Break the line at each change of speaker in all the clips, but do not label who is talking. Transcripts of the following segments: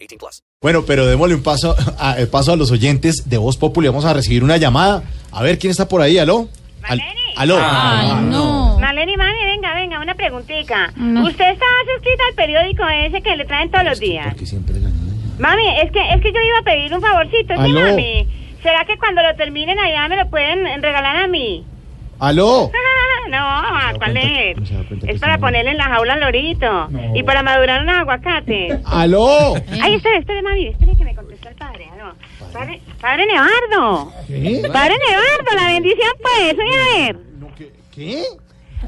18 plus.
Bueno, pero démosle un paso a, el paso a los oyentes de Voz Populi. Vamos a recibir una llamada. A ver quién está por ahí. ¿Aló? Al-
Marlene.
¿Aló?
Ah.
no.
Maleni, Mane, venga, venga, una preguntita. Usted está suscrita al periódico ese que le traen todos los días.
Porque siempre la
Mami, es que, es que yo iba a pedir un favorcito, ¿sí,
Aló.
mami? ¿Será que cuando lo terminen allá me lo pueden regalar a mí?
¿Aló?
no, ah, ¿cuál
cuenta-
es?
no se da cuenta que
Es
está
para
mal.
ponerle en la jaula al lorito y para madurar un aguacate.
¿Aló?
Ay, espere, espere, mami, espere que me contestó el padre. aló. Padre, padre Nevardo.
¿Qué?
Padre Nevardo, la bendición pues, oye, a ver.
No, ¿Qué? ¿Qué?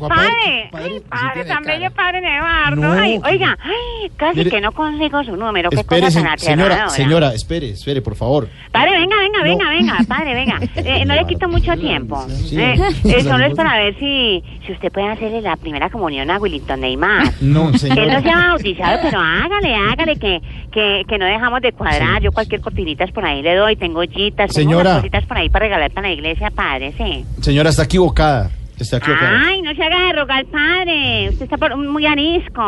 Padre, ay, padre, tan bello padre Nevardo.
No.
Ay, oiga, ay, casi
Mire-
que no consigo su número. Qué
Espere,
cosa
se-
tan
señora,
aterradora.
señora, espere, espere, por favor.
Padre, venga, venga, venga,
No.
venga, padre, venga. Eh, no le quito mucho tiempo.
Sí.
Eh, eh, solo es para ver si, si usted puede hacerle la primera comunión a Willington Neymar.
No,
Él no se
señora.
ha bautizado, pero hágale, hágale, que, que, que no dejamos de cuadrar.
Sí,
Yo cualquier cortinitas por ahí le doy, tengo ollitas, tengo
Señora.
unas cositas por ahí para regalar para la iglesia, padre, sí.
Señora, está equivocada. Está equivocada.
Ay, no se haga de rogar, padre. Usted está por- muy arisco.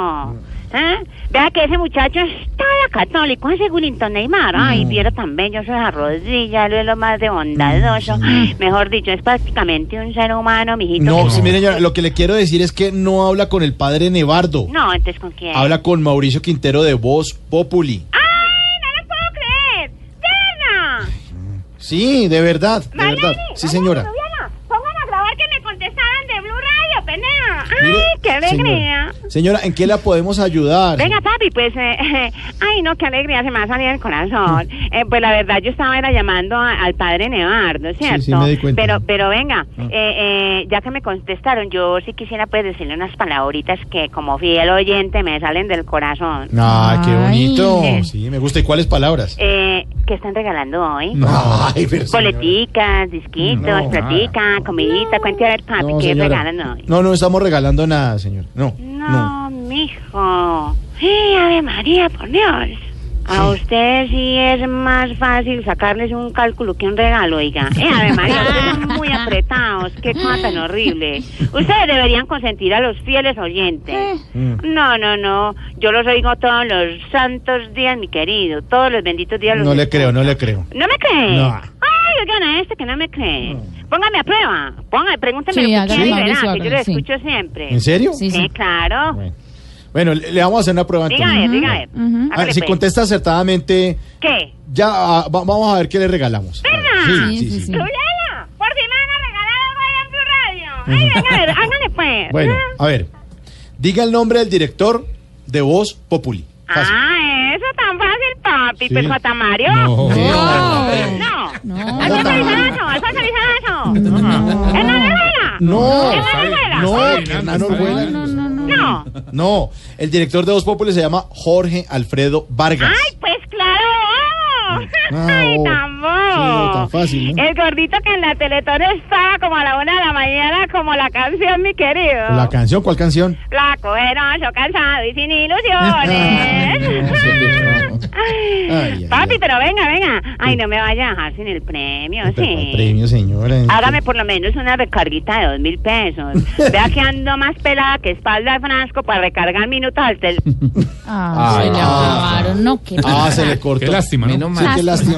¿Ah? Vea que ese muchacho está católico, ese Willington Neymar. Ay, viera tan bello esas rodillas, lo es lo más de bondadoso. Mejor dicho, es prácticamente un ser humano, mijito.
No,
que-
sí, mire, señora, lo que le quiero decir es que no habla con el padre Nevardo.
No, eh. entonces con quién.
Habla con Mauricio Quintero de Voz Populi.
¡Ay, no lo puedo creer! ¡Tierna!
Sí, de verdad, de
Mariani,
verdad. Sí,
Mariani,
señora.
Juliana, Pongan a grabar que me contestaran de Blue Radio, penea. ¡Ay,
Mire,
qué alegría!
Señora, Señora, ¿en qué la podemos ayudar?
Venga, papi, pues, eh, ay, no, qué alegría, se me ha salido el corazón. Eh, pues la verdad, yo estaba era llamando a- al padre Nevardo, ¿cierto?
sí, me di cuenta.
Pero, pero venga,
Ah.
eh, eh, ya que me contestaron, yo sí quisiera, pues, decirle unas palabritas que, como fiel oyente, me salen del corazón.
Ah, qué
Ay.
bonito.
Sí.
Sí, me gusta. ¿Y cuáles palabras?
Eh, ¿Qué están regalando hoy?
Ay, pero señora.
Boleticas, disquitos,
No, Ah.
platica, comidita, cuente a ver, papi,
No,
¿qué
señora.
regalan hoy?
No, no estamos regalando nada, señor. No, no.
No, mijo. ¡Eh, Ave María, por Dios! A usted sí es más fácil sacarles un cálculo que un regalo, oiga. ¡Eh, Ave María, ustedes son muy apretados! ¡Qué cosa tan horrible! Ustedes deberían consentir a los fieles oyentes.
Mm.
No, no, no. Yo los oigo todos los santos días, mi querido. Todos los benditos días. Los
No le
escucho.
creo, no le creo.
¿No me cree?
No.
Ay, oigan a este que no me cree. Póngame a prueba. Póngame, pregúntame
Sí,
lo que
hágale,
quiera y
Mauricio,
verá, que yo lo
hágale, sí.
escucho siempre.
¿En serio?
Sí,
Sí,
sí.
claro.
Bueno, Bueno, le, le vamos a hacer una prueba
Diga a
entonces.
ver, diga a ver.
Ujú.
A ver,
Hágale,
si
pues.
contesta acertadamente,
¿Qué?
ya ah, va- vamos a ver qué le regalamos.
¿Verdad?
Sí, sí, sí.
sí.
¡Juliana! ¡Por si me van a regalar algo ahí en Blue Radio! ¡Ay, venga, a ver, hágale pues!
Bueno, a ver. Diga el nombre del director de Voz Populi. Fácil.
¡Ah, eso tan fácil, papi!
Sí.
¿Pero J. Mario?
No.
¡No!
No.
¡Hay que actualizar eso! ¡Hay que actualizar eso! ¡No! ¡Es no Orjuela!
No,
¿Es Orjuela?
no,
Ah,
Hernán Orjuela.
No, no, no.
¡No!
No, el director de Voz Populi se llama Jorge Alfredo Vargas.
¡Ay, pues claro! vamos.
Ah,
¡Ay,
oh.
tampoco!
Sí, tan fácil, ¿no?
El gordito que en la Teletón estaba como a la una de la mañana, como la canción, mi querido.
La canción, ¿cuál canción?
Flaco, heroso, cansado y sin
Ay, no, señor.
ilusiones. Ay,
Ay, ay,
Papi,
ay.
pero venga, venga. Ay, no me vaya a dejar sin el premio,
Pero
sí.
el premio, señora.
Hágame por lo menos una recarguita de dos mil pesos. Vea que ando más pelada que espalda de Franco para recargar minutos al tel.
Ah, se le acabaron. No, qué
Ah, se le cortó.
Qué lástima, ¿no?
Sí, qué lástima.